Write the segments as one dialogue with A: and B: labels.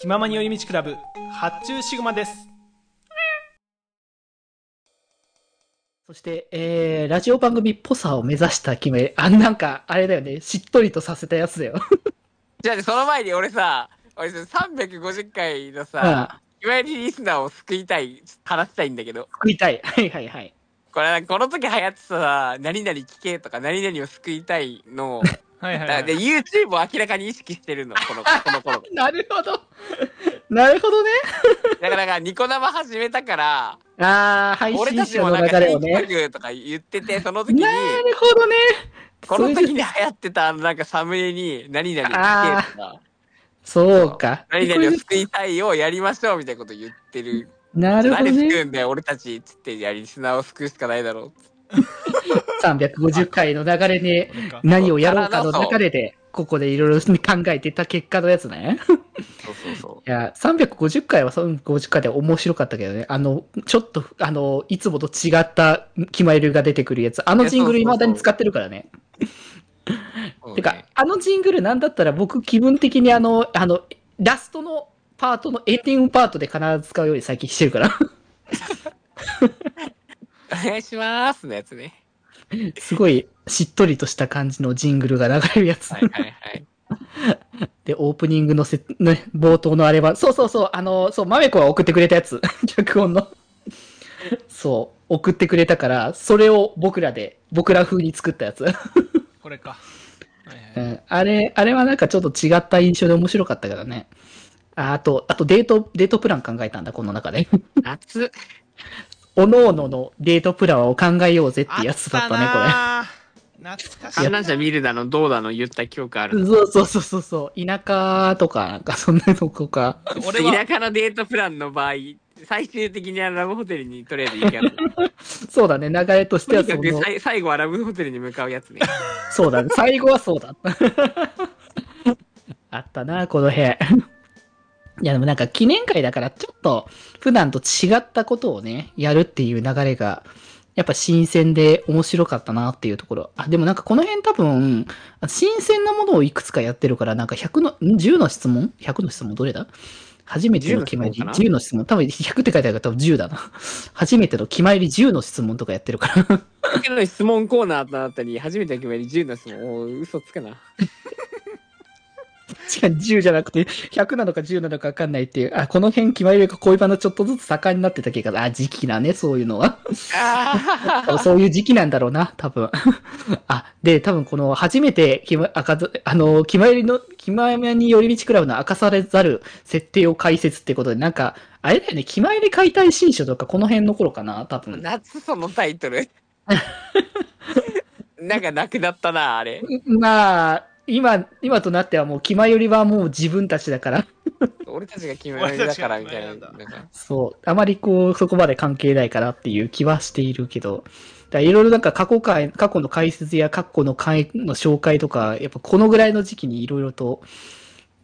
A: 気ままに寄り道クラブ発注シグマです
B: そして、えー、ラジオ番組っぽさを目指した決め、あ、なんか、あれだよね、しっとりとさせたやつだよ。
C: じゃあ、その前に俺さ、俺さ、350回 の
B: あ
C: さ、いわゆるリスナーを救いたい、話したいんだけど、
B: 食いた い。はいはいはい。
C: これ、この時流行ってたさ、何々聞けとか、何々を救いたいのを、
A: はいはい、は
C: だ
A: い
C: で、YouTube を明らかに意識してるの、この、こ の頃。
B: なるほど。なるほどね。
C: だから、だからニコ生始めたから、
B: あー、配
C: 俺
B: 信
C: たち
B: 者
C: も
B: の
C: なんか、
B: 流れを
C: テ
B: ね
C: イ。クとか言ってて、その時に、
B: なるほどね。
C: この
B: そうい
C: 時
B: う
C: に流行ってた、あのなんかサムネに、何々聞けとか、
B: そうか。
C: 何々を
B: こ
C: 救いたいをやりましょうみたいなこと言ってる。
B: れなるほど
C: 誰救
B: ね。
C: うんだよ、俺たちっつって、いや、リスナーを救うしかないだろう。
B: 350回の流れに
A: これか
B: 何をやろうかの中でで、ここでいろいろ考えてた結果のやつね。
C: そうそうそ
B: いや、350回は350回で面白かったけどね。あの、ちょっと、あの、いつもと違ったキマイルが出てくるやつ。あのジングル
C: いやそうそう
B: 未だ
C: そう
B: に使ってるからね。
C: う
B: てか、あのジングルなんだったら僕気分的にあの、あの、ラストのパートのエンディングパートで必ず使うように最近してるから。
C: お願いしますのやつね。
B: すごいしっとりとした感じのジングルが流れるやつ。
C: はいはいはい。
B: で、オープニングのせ、 ね、冒頭のあれは、そうそうそう、あの、そう、まめこが送ってくれたやつ。 脚本の。そう、送ってくれたから、それを僕らで、僕ら風に作ったやつ。
A: これか、はいは
B: う
A: い
B: ん、あれ、あれはなんかちょっと違った印象で面白かったけどね。ああと、あとデート、デートプラン考えたんだ、この中で。
C: 夏。
B: おのおののデートプランを考えようぜってやつだったね、こ
A: こ
B: れ。
A: れ懐かしい
C: 観覧車見るだの、どうだの言った記憶ある。
B: そうそうそうそうそう。田舎とか、なんかそんなとこか。
A: 俺は
C: 田舎のデートプランの場合、最終的にはラブホテルにとりあえず行くやつ。
B: そうだね、流れとし
C: と
B: ては
C: に
B: そ
C: か
B: の
C: くさ、い最後はラブホテルに向かうやつね。
B: そうだね、最後はそう だった。あったな、この部屋。いや、でもなんか記念会だから、ちょっと普段と違ったことをね、やるっていう流れが、やっぱ新鮮で面白かったなっていうところ。あ、でもなんかこの辺多分、新鮮なものをいくつかやってるから、なんか100の、ん10の質問 ?100 の質問どれだ初めての決まり
C: 10の質問かな
B: 10の質問。多分100って書いてあるから多分10だな。初めての決まり10の質問とかやってるから。
C: だの質問コーナーとなったり、初めての決まり10の質問、おう嘘つくな。
B: 確かに10じゃなくて、100なのか10なのか分かんないっていう、あ、この辺決まりが恋バナちょっとずつ盛んになってた結果、あ、時期だね、そういうの は。
C: あ
B: 多分そういう時期なんだろうな、多分。あ、で、多分この初めて決ま、赤ざあの、決まりの、決まりに寄り道クラブの明かされざる設定を解説ってことで、なんか、あれだよね、決まり解体新書とかこの辺の頃かな、多分。
C: 夏そのタイトル。なんかなくなったな、あれ。
B: まあ、今、今となってはもう、気前よりはもう自分たちだから、
C: 俺たちが決まりだからみたいな。
A: 俺たちが決まりなんだ
C: なんか
B: そう、あまりこう、そこまで関係ないかなっていう気はしているけど、だからいろいろなんか過去回、過去の解説や過去の回の紹介とか、やっぱこのぐらいの時期にいろいろと、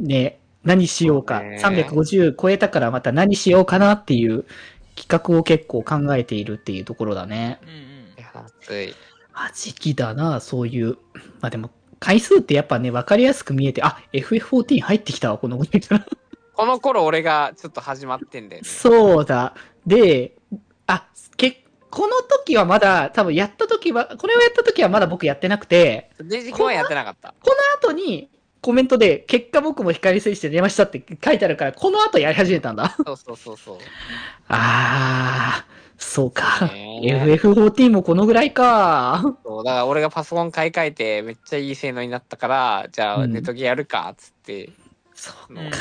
B: ね、何しようか、
C: そうね
B: 350超えたからまた何しようかなっていう企画を結構考えているっていうところだね。
A: うんうん
C: いや暑い。
B: あ、時期だな、そういう。まあでも、回数ってやっぱね、わかりやすく見えて、あ、FF14 入ってきたわ、このぐらいから。
C: この頃俺がちょっと始まってんだよね。
B: そうだ。で、あ、け、この時はまだ、多分やった時は、これをやった時はまだ僕やってなくて、
C: デジコはやってなかった。
B: 後にコメントで、結果僕も光選手で出ましたって書いてあるから、この後やり始めたんだ。
C: そうそうそうそう。
B: あー、そうか。
C: ねえ
B: FF14 もこのぐらいか。
C: そうだから俺がパソコン買い替えてめっちゃいい性能になったから、じゃ
B: う
C: あ
B: ん
C: ネトゲやるかっつって
B: そう
C: の
A: うん
C: 流れ。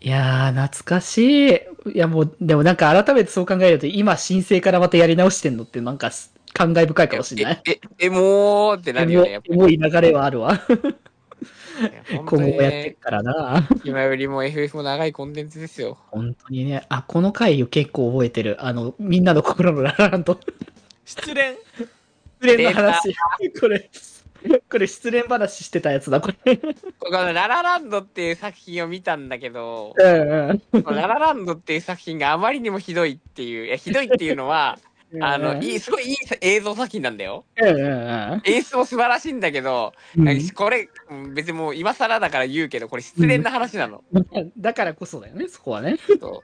B: いやー、懐かしい。いや、もう、でもなんか改めてそう考えると、今、申請からまたやり直してんのって、なんか、感慨深いかもしれない。
C: え、え、え、もうってなるよね。やっぱ
B: 重い流れはあるわ。
C: りね。本当
B: 今後
C: に
B: もやって
C: ね
B: る、からな。
C: 今よりも FF も長いコンテンツですよ。
B: 本当にね。あ、この回を結構覚えてる。あの、みんなの心のララランド。
A: 失恋
B: 失恋の話。 これ、これ失恋話してたやつだ、これ。
C: このララランドっていう作品を見たんだけど、
B: うんうん。
C: このララランドっていう作品があまりにもひどいっていう、いやひどいっていうのは、あの、
B: うん
C: いい、すごいいい映像作品なんだよ。
B: うんうん
C: 演出も素晴らしいんだけど、
B: うん
C: なんかこれ、うん別にもう今更だから言うけど、これ失恋な話なの。
B: うん。だからこそだよね、そこはね。
C: そ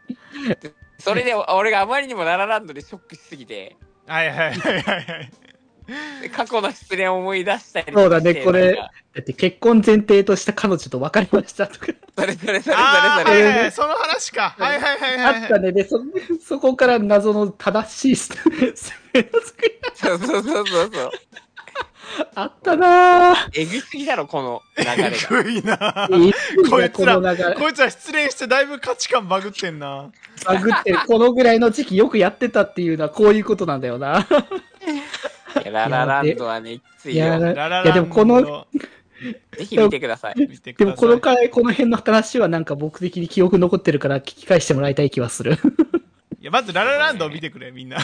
C: うでそれでお俺があまりにもララランドでショックしすぎて、
A: はいはいはい はいはい
C: で過去の失恋を思い出したりとか
B: そうだね
C: して
B: これ
C: なんか
B: だって結婚前提とした彼女と別れましたとか。
C: それそれそれ
A: あー
C: そ
A: は
C: れ
A: い
C: それ。
A: はいはいその話かはいはいはい
B: あ
A: はい
B: ったね。で、そ、そこから謎の正しいス
C: そうそうそうそうそう。
B: あったなぁ。
C: えぐすぎだろ、この流れ
A: え
C: が。
A: ぐいなこ
B: こ
A: いつ
B: こ
A: ら
B: の流れ、
A: こいつは失恋してだいぶ価値観バグってんな
B: バグってる、このぐらいの時期よくやってたっていうのはこういうことなんだよな。
C: いやララランドはね、きつい
B: や
C: よ。
B: ら
A: ラララン
B: いやでもこの
A: ド
C: ぜひ見てください。
A: 見てく
B: で
A: だ
B: も
A: さ
B: こ
A: い
B: の回、この辺の話はなんか僕的に記憶残ってるから聞き返してもらいたい気は する。
A: いやまずララランドを見てくれみんな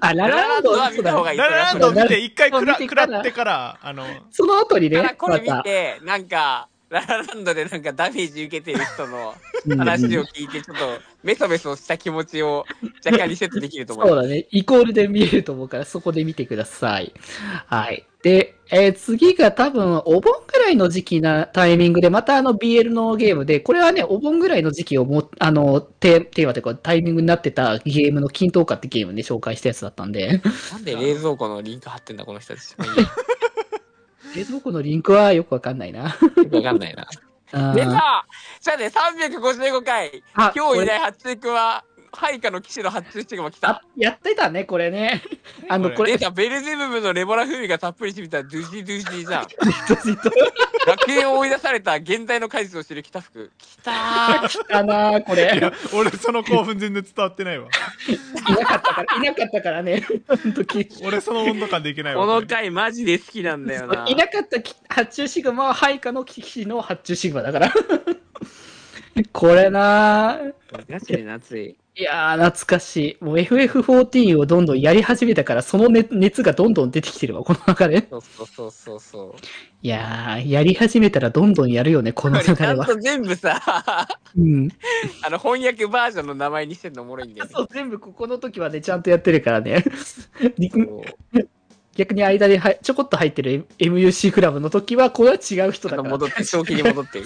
B: あ、ラ
C: ララランドは見た方が
A: ラ
C: いい。
A: ラランドを見て一回 くらくらってからあの
B: その後にね、
C: からこれ見
B: また
C: て、なんか、ララランドでなんかダメージ受けてる人の
B: うん
C: 話を聞いて、ちょっと、メソメソした気持ちを若干リセットできると思い
B: そう
C: ま
B: だね。イコールで見えると思うから、そこで見てください。はい。で、えー次が多分、お盆ぐらいの時期なタイミングで、またあの BL のゲームで、これはね、お盆ぐらいの時期をも、あの、テテーマというか、タイミングになってたゲームの均等化ってゲームで紹介したやつだったん で、
C: す。なんで冷蔵庫のリンク貼ってんだ、この人たち。よ
B: 冷蔵庫のリンクはよくわかんないな。
C: くわかんな いな。
B: あ
C: で
B: ー
C: さ、じゃあね、355回、
B: あ
C: 今日い
B: これ
C: ない発注君は、配下の騎士の発注しても来た
B: あ。やってたね、これ ね。あの、
A: こ
B: こ
C: 出
B: れ、
C: たベルゼブブのレボラ風味がたっぷりしてみたドゥジドゥジじゃん。
B: ずっとずっと
C: 楽園を追い出された現代の果実を知る北福。来たー。
B: 来たな、こ れ。
A: いや俺その興奮全然伝わって ないわ
B: いなかったから、いなかったからね。本当き
A: 俺その温度感でいけないわ
C: この 回マジで好きなんだよな。
B: いなかったき発注シグマは配下の騎士の発注シグマだ から。これなぁ
C: ガチで夏い。
B: いやー懐かしい。もう FF14 をどんどんやり始めたから、その熱熱がどんどん出てきてるわ、この中で。
C: そうそうそうそうそう。
B: いやー、やり始めたらどんどんやるよね、この
C: ち
B: 中
C: ゃ
B: で
C: ん
B: は。
C: と全部さ、あ
B: うん。
C: の翻訳バージョンの名前にしてんのおもろいんだよ ね。
B: そう、全部ここの時はね、ちゃんとやってるからね。
C: そう
B: 逆に間ではいちょこっと入ってる MUC クラブの時は、これは違う人
C: ちゃ
B: だから。
C: んと 戻って、正気に戻ってる。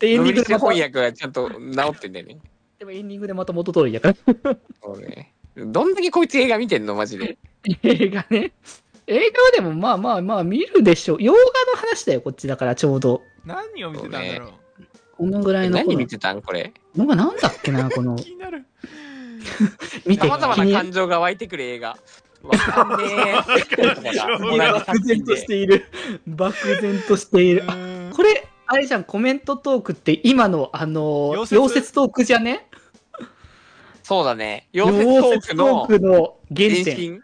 B: で、エンディン
C: ノビ
B: グ
C: リ
B: でま
C: 翻
B: た、
C: 訳はちゃんと治ってんだよね。
B: でもエンディングでまた元通りだから。
C: そうね。どんだけこいつ映画見てんのマジで。
B: 映画ね。映画はでもまあまあまあ見るでしょう。洋画の話だよ、こっちだからちょうど。
A: 何を見てたんだろう
B: このぐらいの
C: 何
B: 頃
C: 見てたんこれ。
B: のがなんだっけな、 この。
A: 気になる
B: 見て
C: さまざまな
B: 気
C: 感情が湧いてくる映画。わかんねえ。とかが
B: に
C: 同じ
B: 漠
C: 作
B: 然
C: 品
B: と
C: で
B: している。 漠然としていうる。あ
A: ーん
B: これ、あれじゃん、コメントトークって今の、あの、
A: 溶
B: 溶
A: 接
B: 接トークじゃね
C: そうだね。溶接トークの
B: 溶接トークの
C: 全
B: 原点。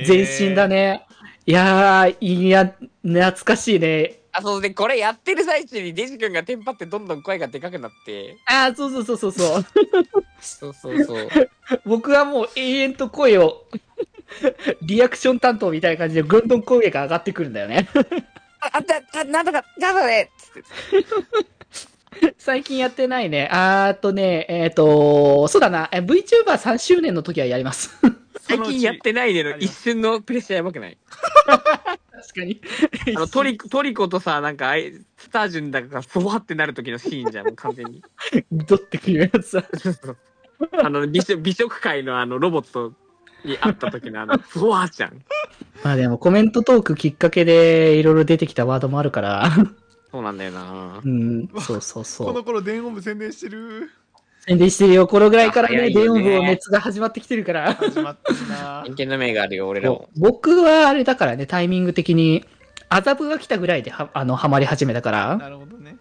C: 身。
B: 前進だね。いやー、いや、懐かしいね。
C: あ、そうで、これやってる最中にデジ君がテンパってどんどん声がでかくなって。
B: あー、そうそうそうそうそう。
C: そうそう そう。
B: 僕はもう永遠と声を、 リアクション担当みたいな感じで、どんどん声が上がってくるんだよね。
C: あ、あんた、あなんとか、なんとかねつって
B: 最近やってないね。あーっとね、えーっ、と、そうだな、え VTuber3 周年の時はやります。
A: そ
C: 最
A: のうち
C: 近やってないね
A: あ
C: の
A: りま
C: 一
A: す
C: 瞬のプレッシャーやばくない
B: 確か に。
C: あのトリコ、トリコとさ、なんかあい、スタージュンだから、そわってなる時のシーンじゃん、もう完全に。
B: ドってくるやつは。
C: あの、美食、美 食界のあの、ロボットに会った時の あの、そわちゃん。
B: まあでもコメントトークきっかけでいろいろ出てきたワードもあるから。
C: そうなんだよな
B: うん、そうそう
A: こ
B: そう
A: の。頃電音部宣伝してる
B: 宣伝してるよ。このぐらいから
C: 早
B: ね、
C: いよね
B: 電音部の熱が始まってきてるから。
A: 始まってんな
C: 人間の命があるよ、俺らも。
B: 僕はあれだからね、タイミング的に、麻布が来たぐらいでは、あの、ハマり始めたか ら、
A: なるほどね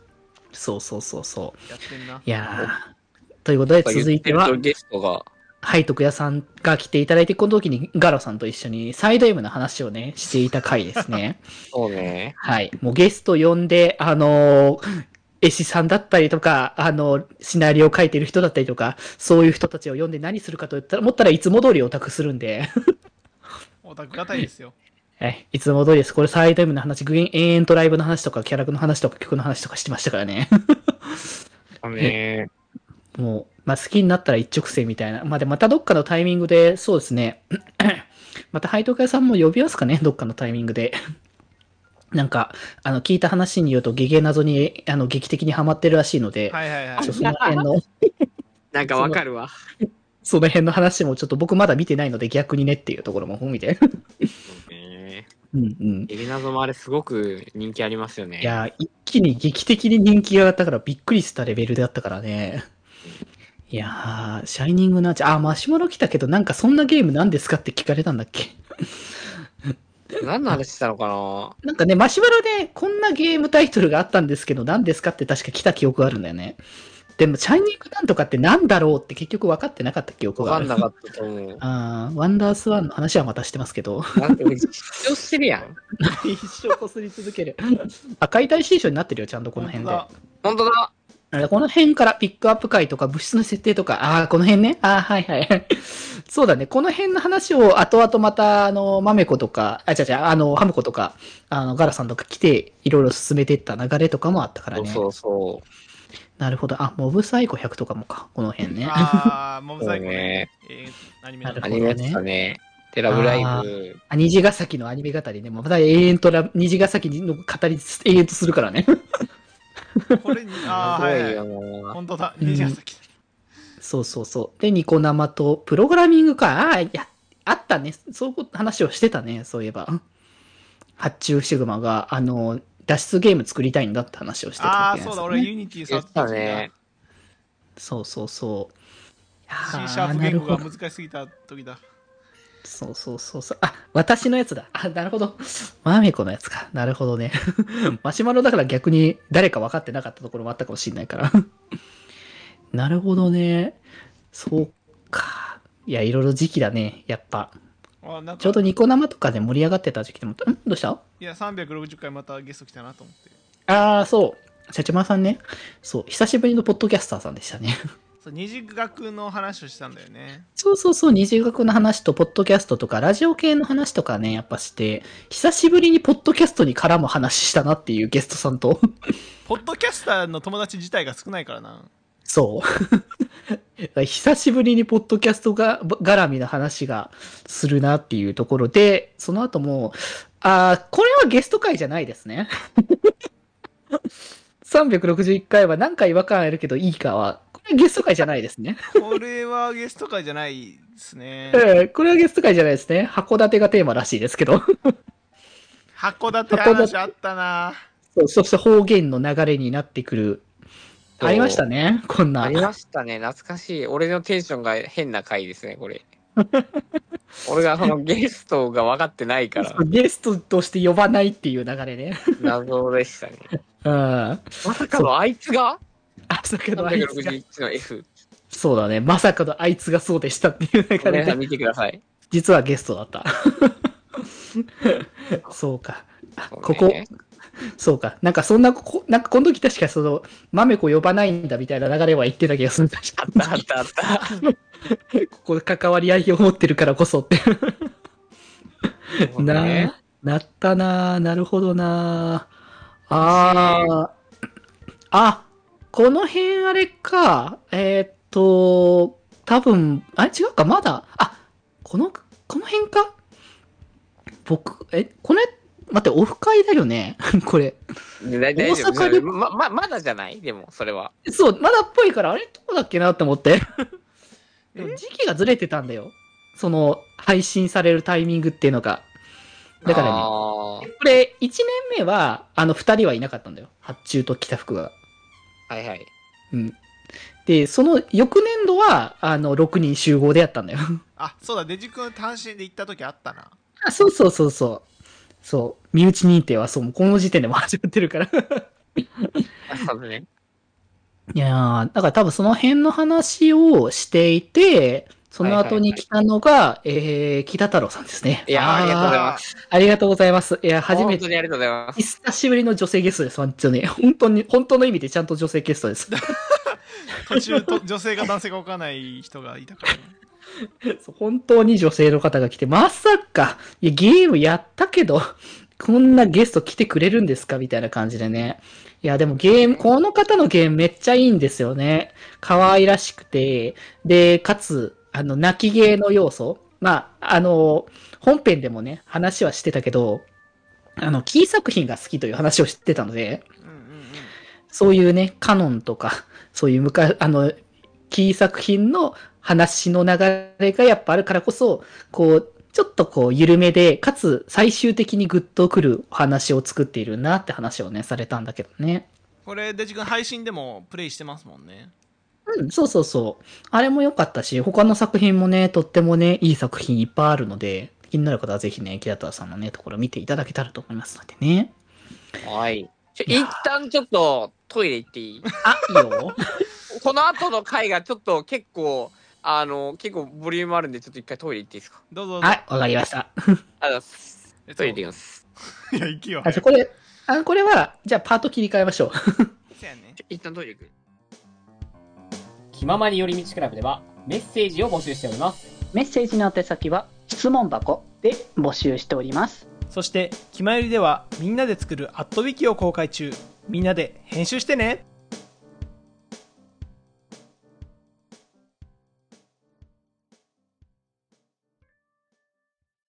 B: そうそうそうそう。
A: やってんない
B: やー。ということで、続いては
C: 言っ、るとゲストが。
B: はい、徳屋さんが来ていただいて、この時にガロさんと一緒にサイド M の話をね、していた回です ね。
C: そうね。
B: はい。もうゲスト呼んで、あのー絵師さんだったりとか、あの、シナリオ書いてる人だったりとか、そういう人たちを呼んで何するかと言ったら思ったらいつも通りオタクするんで。
A: オタクがたいですよ
B: はい。いつも通りです。これサイド M の話、グリーン永遠とライ ブの話とか、キャラクの話とか、曲の話とかしてましたからね。
C: そうね。
B: もう、まあ、好きになったら一直線みたいな。まあ、で、またどっかのタイミングで、そうですね。また、配当会さんも呼びますかねどっかのタイミングで。 なんか、あの、聞いた話によると、ゲゲ謎に、あの、劇的にハマってるらしいので、
A: はいはいは
B: ちょ
A: い
B: その辺の、
C: なんかわかるわ。
B: その辺の話もちょっと僕まだ見てないので、逆にねっていうところも見て。
C: え
B: うんうん。
C: ー、エビナゾもあれすごく人気ありますよね。
B: いやー、一気に劇的に人気が上がったから、びっくりしたレベルだったからね。いやー、シャイニングナーチャー、あー、マシュマロ来たけど、なんかそんなゲームなんですかって聞かれたんだっけ
C: 何の話したのかな
B: なんかね、マシュマロでこんなゲームタイトルがあったんですけど、何ですかって確か来た記憶があるんだよね。でも、シャイニングなんとかってなんだろうって結局分かってなかった記憶
C: わ
B: があ
C: か
B: る。
C: んなかったと思う。
B: あーワンダースワンの話はまたしてますけど、
C: なんか俺実況してるやん。
B: 一生こすり続ける。あ、解体新書になってるよ、ちゃんとこの辺で。
A: 本
C: 本当だ
B: あれこの辺からピックアップ回とか物質の設定とか、ああ、この辺ね。ああ、はいはい。 そうだね。この辺の話を後々また、あの、マメコとか、あ、違う違う、あの、ハムコとか、あの、ガラさんとか来て、いろいろ進めていった流れとかもあったから
C: そう
B: ね。
C: そうそ
B: なるほど。あ、モブサイコ100とかもか。この辺ね。
A: ああ、モブサイコね。えー、アニメなん
B: な
C: う。
A: だ
B: る
C: ア
B: ほど
C: ニメでしたね。テラブライブ。
B: あ虹ヶ崎のアニメ語りね。もうまた永遠とラ、虹ヶ崎の語り永遠とするからね。
A: これに、ああ、は
C: すご
A: い
C: い
A: は
C: よ
A: い。
C: な。
A: 本当だ、
B: うん
A: 虹ヶ崎。
B: そうそうそう。で、ニコ生と、プログラミングか。ああ、いや、あったね。そういうこと話をしてたね。そういえば。発注シグマが、あの、脱出ゲーム作りたいんだって話をしてた
A: あ
B: わ
A: あ、
B: けな
A: そう
B: んです
A: だ、
B: よ
A: 俺、
B: ね。
A: ユニティ触ってた時期
C: や
A: だ
C: ってたね
B: そうそうそう。いや
A: C シャ
B: ー
A: ープ
B: な
A: 言
B: る
A: 語
B: ほ
A: が
B: ど。
A: 難しすぎた時だ。
B: そうそうそうそう。あ、私のやつだ。あ、なるほど。マーメコのやつか。なるほどね。 マシュマロだから逆に誰か分かってなかったところもあったかもしれないから。 なるほどね。そうか。いや、いろいろ時期だね。やっぱ。
A: あなんか
B: ちょうどニコ生とかで盛り上がってた時期でも、んどうした
A: いや、360回またゲスト来たなと思って。
B: ああ、そう。社長マさんね。そう。久しぶりのポッドキャスターさんでしたね。
A: そう、二次学の話をしたんだよね。
B: そうそうそう。二重学の話と、ポッドキャストとか、ラジオ系の話とかね、やっぱして、久しぶりにポッドキャストに絡む話したなっていうゲストさんと。
A: ポッドキャスターの友達自体が少ないからな。
B: そう。 久しぶりにポッドキャストが、絡みの話がするなっていうところで、その後も、あーこれはゲスト会じゃないですね。361回は何か違和感あるけどいいかは、これはゲスト会じゃないですね。
A: これはゲスト会じゃないですね。
B: ええこれはゲスト会じゃないですね。函館がテーマらしいですけど。
A: 函館話あったな。
B: そうそして方言の流れになってくる。
C: そう
B: ありましたね、こん
C: あ
B: な
C: り。ましたね。懐かしい。俺のテンションが変な回ですね、これ。俺がそのゲストが分かってないから、
B: ゲストとして呼ばないっていう流れね。
C: 謎でしたね。
B: うん。あ、
C: まさかのあいつが
B: そこのあいつが
C: ?361 の F。
B: そうだね。まさかのあいつがそうでしたっていう流れ
C: 皆さん
B: で、
C: 見てください。
B: 実はゲストだった。そうか。あ こ
C: そう
B: こ
C: ね、
B: そうか。なんかそんな、こなんかこの時確かその、マメコ呼ばないんだみたいな流れは言ってた気がする。確か
C: あったあった。
B: ここで関わり合いを持ってるからこそって。
C: そう
B: な
C: ね
B: なったなあなるほどなああーあ、この辺あれか、えーっと、多分、あれ違うか、まだ、あ、この、この辺か僕、え、これ、待って、オフ会だよね これ。
C: で大大丈夫
B: 大阪で
C: ま、ま、まだじゃないでも、それは。
B: そう、まだっぽいから、あれどこだっけなって思って。
A: え
B: でも時期がずれてたんだよ。その、配信されるタイミングっていうのが。だからね。
C: あー
B: これ、1年目は、あの、2人はいなかったんだよ。発注と着た服が。
C: はいはい。
B: うん。で、その翌年度は、あの、6人集合でやったんだよ。
A: あ、そうだ、デジ君単身で行った時あったな。。
B: あそうそうそうそう。そう。身内認定は、そう、この時点でもう始まってる から。
C: あそうだね。
B: いやー、だから多分その辺の話をしていて、その後に来たのが、えー、北太郎さんですね。
C: いやーありがとうございます
B: ありがとうございます。いや、初め
C: 本
B: て
C: 当にありがとうございます。
B: 久しぶりの女性ゲストです、本当に。本当に、本当の意味でちゃんと女性ゲストです。
A: 途中 と、女性が男性が分からない人がいたからね。
B: そう本当に女性の方が来て、まさか、いや、ゲームやったけど、こんなゲスト来てくれるんですかみたいな感じでね。いや、でもゲーム、この方のゲームめっちゃいいんですよね。可愛らしくて、で、かつ、あの、泣き芸の要素。まあ、あの、本編でもね、話はしてたけど、あの、キー作品が好きという話をしてたので、
A: うんうん
B: そういうね、カノンとか、 そういう昔、あの、キー作品の話の流れがやっぱあるからこそ、こう、ちょっとこう、緩めで、かつ最終的にグッとくるお話を作っているなって話をね、されたんだけどね。
A: これデジ君配信でもプレイしてますもんね
B: うん、そうそうそう。あれも良かったし、他の作品もね、とってもね、いい作品いっぱいあるので、気になる方はぜひね、キラタワさんのね、ところ見ていただけたらと思いますのでね。
C: はい。ちょ
B: いや
C: 一旦ちょっとトイレ行っていい
B: あ、いいよ。
C: この後の回がちょっと結構、あの、結構ボリュームあるんで、ちょっと一回トイレ行っていいですか
A: どうぞどうぞ
B: はい、わかりました。
C: ありがとうございます。
A: えっと
C: トイレ行って
A: い
C: きます。
A: や行きよ
B: あ、じゃあこれ、あ、これは、じゃあパート切り替えましょう。
A: せやね
C: ちょ一旦トイレ行く。
D: 気ままに寄り道クラブではメッセージを募集しております
B: メッセージの宛先は質問箱で募集しております。
A: そして「きまより」ではみんなで作る「アットウィキを公開中みんなで編集してね